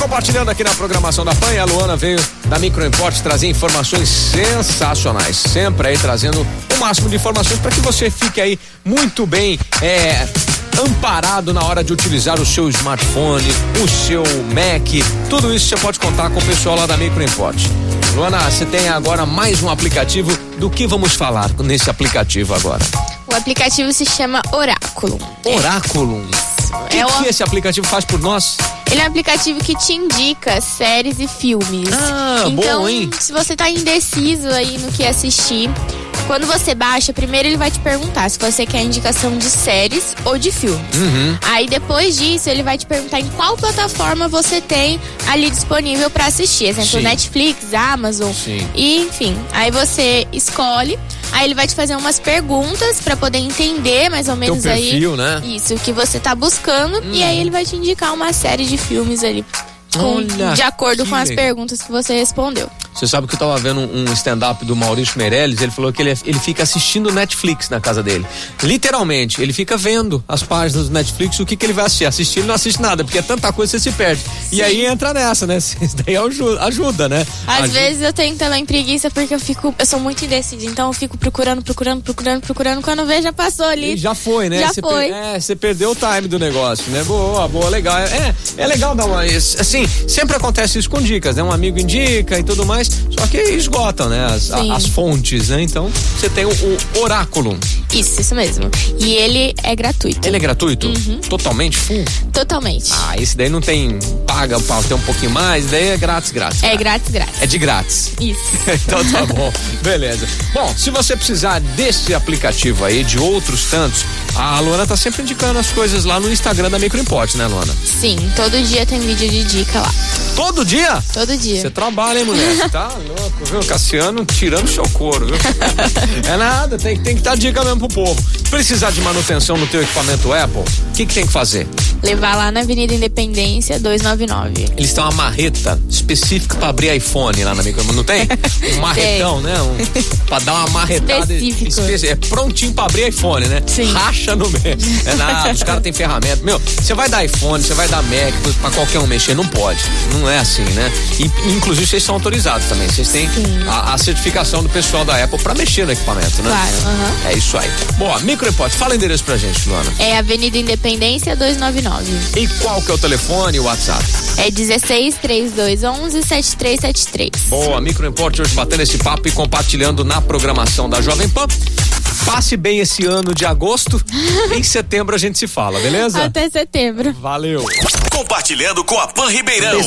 Compartilhando aqui na programação da PAN, a Luana veio da Microimport trazer informações sensacionais. Sempre aí trazendo o máximo de informações para que você fique aí muito bem é, amparado na hora de utilizar o seu smartphone, o seu Mac. Tudo isso você pode contar com o pessoal lá da Microimport. Luana, você tem agora mais um aplicativo. Do que vamos falar nesse aplicativo agora? O aplicativo se chama Oráculo. Oráculo. O que, É o- que esse aplicativo faz por nós? Ele é um aplicativo que te indica séries e filmes. Ah, então, bom, hein? se você tá indeciso aí no que assistir, quando você baixa, primeiro ele vai te perguntar se você quer indicação de séries ou de filmes. Uhum. Aí depois disso, ele vai te perguntar em qual plataforma você tem ali disponível pra assistir. Exemplo, Sim. Netflix, Amazon. Sim. E, enfim, aí você escolhe, aí ele vai te fazer umas perguntas pra poder entender mais ou menos aí perfil, né? Hum. isso, o que você tá buscando. E aí ele vai te indicar uma série de filmes ali. com- Olha, de acordo que com as legal. perguntas que você respondeu. Você sabe que eu tava vendo um um stand-up do Maurício Meirelles, ele falou que ele, ele fica assistindo Netflix na casa dele. Literalmente, ele fica vendo as páginas do Netflix, o que, que ele vai assistir. Assistir, ele não assiste nada, porque é tanta coisa que você se perde. E aí entra nessa, né? Isso daí ajuda, ajuda né? Às Ajuda. vezes eu tenho também preguiça porque eu fico. Eu sou muito indecisa. Então eu fico procurando, procurando, procurando, procurando. Quando eu vejo, já passou ali. E já foi, né? Já Você per- foi. é, você perdeu o time do negócio, né? Boa, boa, legal. É, é legal dar uma. es- Assim, sempre acontece isso com dicas, né? Um amigo indica e tudo mais, só que esgotam, né? As, a- Sim. as fontes, né? Então, você tem o, o oráculo. Isso, isso mesmo. E ele é gratuito. é. Ele é gratuito? Totalmente full? Totalmente. Ah, esse daí não tem. Paga pra ter um pouquinho mais, daí é grátis, grátis. É grátis, grátis. É de grátis. Isso. então tá bom, beleza. Bom, se você precisar desse aplicativo aí, de outros tantos, a Luana tá sempre indicando as coisas lá no Instagram da Microimport, né, Luana? Sim, todo dia tem vídeo de dica lá. Todo dia? Todo dia. Você trabalha, hein, moleque? Tá louco, viu? Cassiano tirando seu couro, viu? é nada, tem, tem que dar dica mesmo pro povo. Precisar de manutenção no teu equipamento Apple, o que, que tem que fazer? Levar lá na Avenida Independência 299. Eles têm uma marreta específica pra abrir iPhone lá na micro, não tem? Um marretão, né? Um, pra dar uma marretada. Específico. especi- É prontinho pra abrir iPhone, né? Sim. Racha no meio. É nada, os caras têm ferramenta. Meu, você vai dar iPhone, você vai dar Mac pra qualquer um mexer, não pode. Não é assim, né? E, inclusive, vocês são autorizados também. Vocês têm a, a certificação do pessoal da Apple pra mexer no equipamento, né? Claro, aham. É isso aí. Bom, microimport, fala o endereço pra gente, Luana. É Avenida Independência 299. E qual que é o telefone e o WhatsApp? É 16 3211 7373. Boa, Micro Import hoje batendo esse papo e compartilhando na programação da Jovem Pan. Passe bem esse ano de agosto. em setembro a gente se fala, beleza? Até setembro. Valeu. Compartilhando com a Pan Ribeirão.